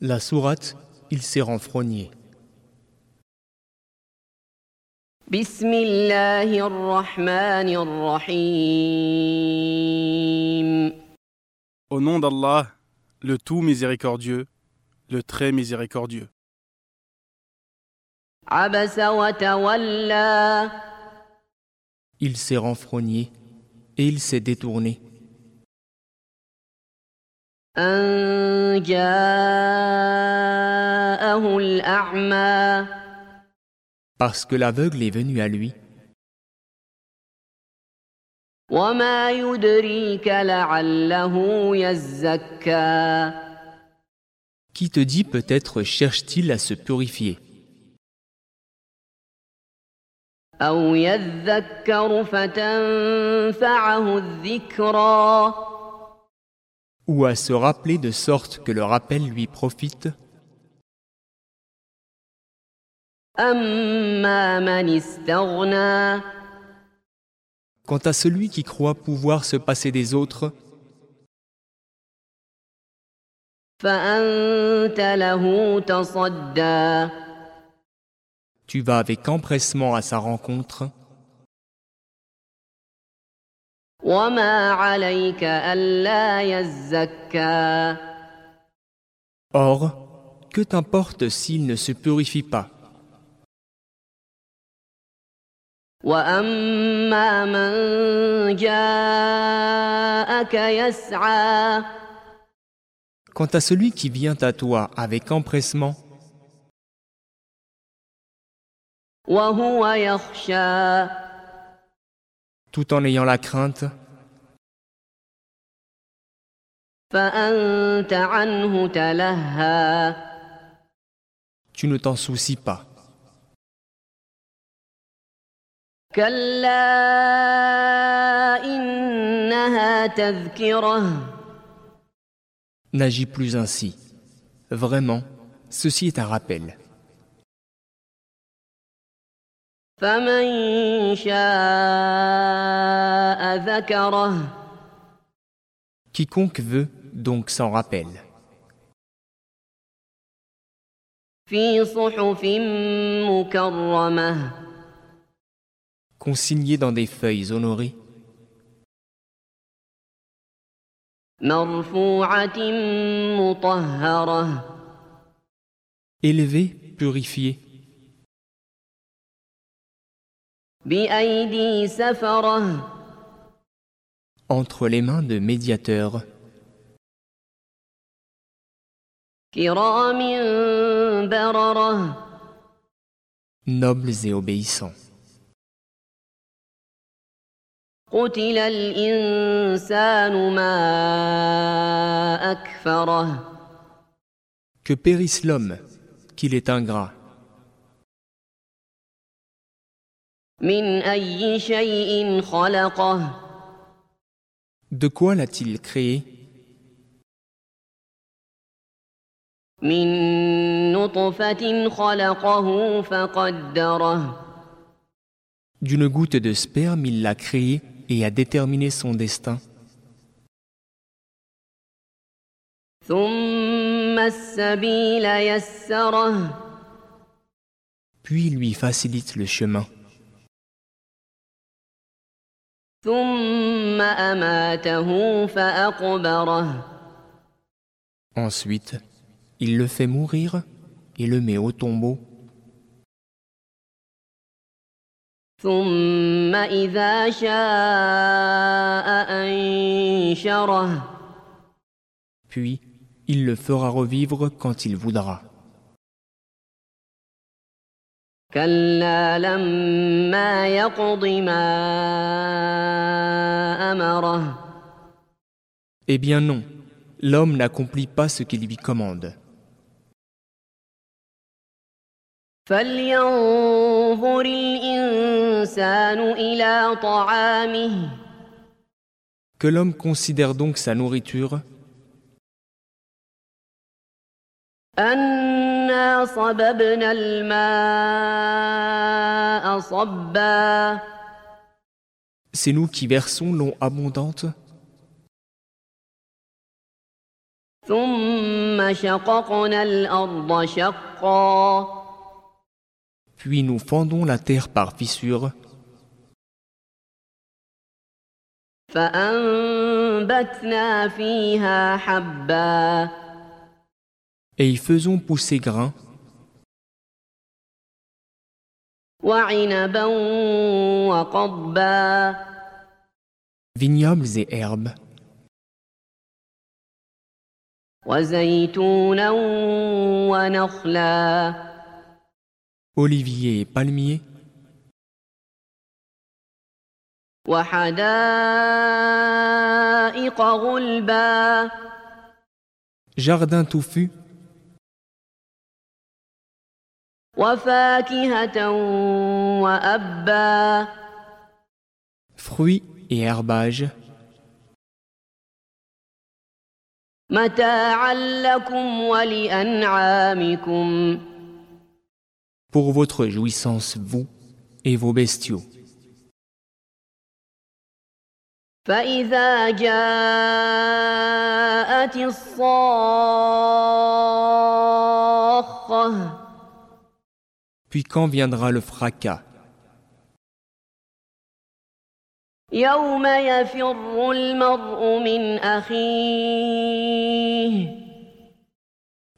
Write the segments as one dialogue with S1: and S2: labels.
S1: La sourate Il s'est renfrogné.
S2: بسم الله الرحمن الرحيم
S3: Au nom d'Allah, le tout miséricordieux, le très miséricordieux.
S2: عبس وتولى
S1: Il s'est renfrogné et il s'est détourné
S2: أن جاءه الأعمى
S1: parce que l'aveugle est venu à lui.
S2: وما يدريك لعله يزكى
S1: Qui te dit peut-être cherche-t-il à se purifier
S2: أو يذكر فتنفعه الذكرى
S1: ou à se rappeler de sorte que le rappel lui profite
S2: أما من استغنى
S1: Quant à celui qui croit pouvoir se passer des autres,
S2: فأنت له تصدى
S1: tu vas avec empressement à sa rencontre,
S2: وما عليك ألا يزكى
S1: or, que t'importe s'il ne se purifie pas
S2: وأما من جاءك يسعى
S1: Quant à celui qui vient à toi avec empressement,
S2: وهو يخشى
S1: tout en ayant la crainte,
S2: فأنت عنه تلهى
S1: tu ne t'en soucies pas.
S2: كلا إنها تذكرة
S1: N'agis plus ainsi. Vraiment, ceci est un rappel.
S2: فمن شاء ذكره
S1: Quiconque veut donc s'en rappelle,
S2: في صحف مكرمه
S1: consigné dans des feuilles honorées,
S2: مرفوعة مطهرة
S1: élevé, purifié,
S2: بأيدي سفرة
S1: entre les mains de médiateurs,
S2: كرام بررة
S1: nobles et obéissants.
S2: قتل الإنسان ما أكفره
S1: Que périsse l'homme, qu'il est ingrat,
S2: من أي شيء خلقه
S1: de quoi l'a-t-il créé
S2: من نطفة خلقه فقدره
S1: D'une goutte de sperme, il l'a créé et a déterminé son destin.
S2: ثم السبيل يسره
S1: Puis il lui facilite le chemin,
S2: ثم أماته فأقبره
S1: ensuite il le fait mourir et le met au tombeau,
S2: ثم إذا شاء أنشره
S1: puis il le fera revivre quand il voudra.
S2: كلا لما يقض ما أمره
S1: Eh bien non, l'homme n'accomplit pas ce qu'il lui commande.
S2: فلينظر الإنسان إلى طعامه
S1: Que l'homme considère donc sa nourriture,
S2: أنا صببنا الماء صبا
S1: c'est nous qui versons l'eau abondante
S2: ثم شققنا الأرض شقا
S1: Puis nous fendons la terre par fissures,
S2: فأنبتنا فيها حبا
S1: et y faisons pousser grains,
S2: وعنبا وقضبا
S1: vignobles et herbes,
S2: وزيتونا ونخلا
S1: oliviers et palmiers,
S2: وحدائق غلبا
S1: jardins touffus,
S2: وفاكهة وأبا
S1: fruits et herbages,
S2: متاعا لكم ولأنعامكم
S1: pour votre jouissance, vous et vos bestiaux.
S2: فإذا جاءت الصاخة
S1: Puis quand viendra le fracas,
S2: يوم يفر المرء من أخيه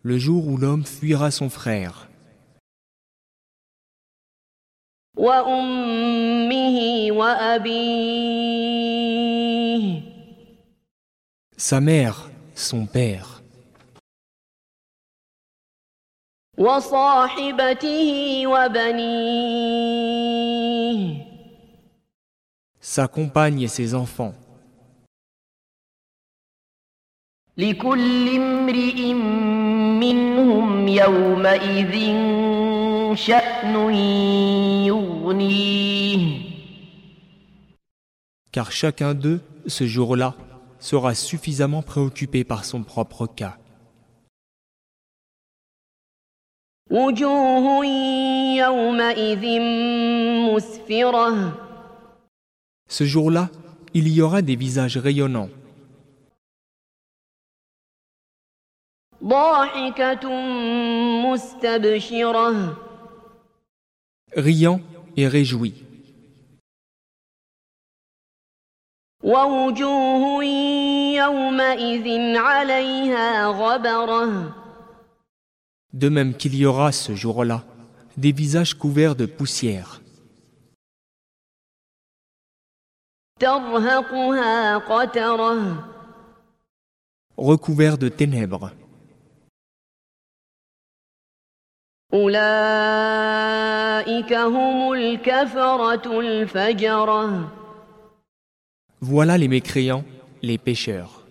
S1: le jour où l'homme fuira son frère,
S2: وأمه وأبيه
S1: sa mère, son père,
S2: وصاحبته وبنيه
S1: sa compagne et ses enfants,
S2: لكل امرئ منهم يومئذ شأن يغنيه
S1: car chacun d'eux, ce jour-là, sera suffisamment préoccupé par son propre cas.
S2: وجوه يومئذ مسفرة
S1: Ce jour-là, il y aura des visages rayonnants,
S2: ضاحكة مستبشرة
S1: riants et réjouis,
S2: ووجوه يومئذ عليها غبرة
S1: de même qu'il y aura ce jour-là des visages couverts de poussière,
S2: ترهقها قترة
S1: recouverts de ténèbres.
S2: أولئك هم الكفرة الفجرة
S1: Voilà les mécréants, les pécheurs.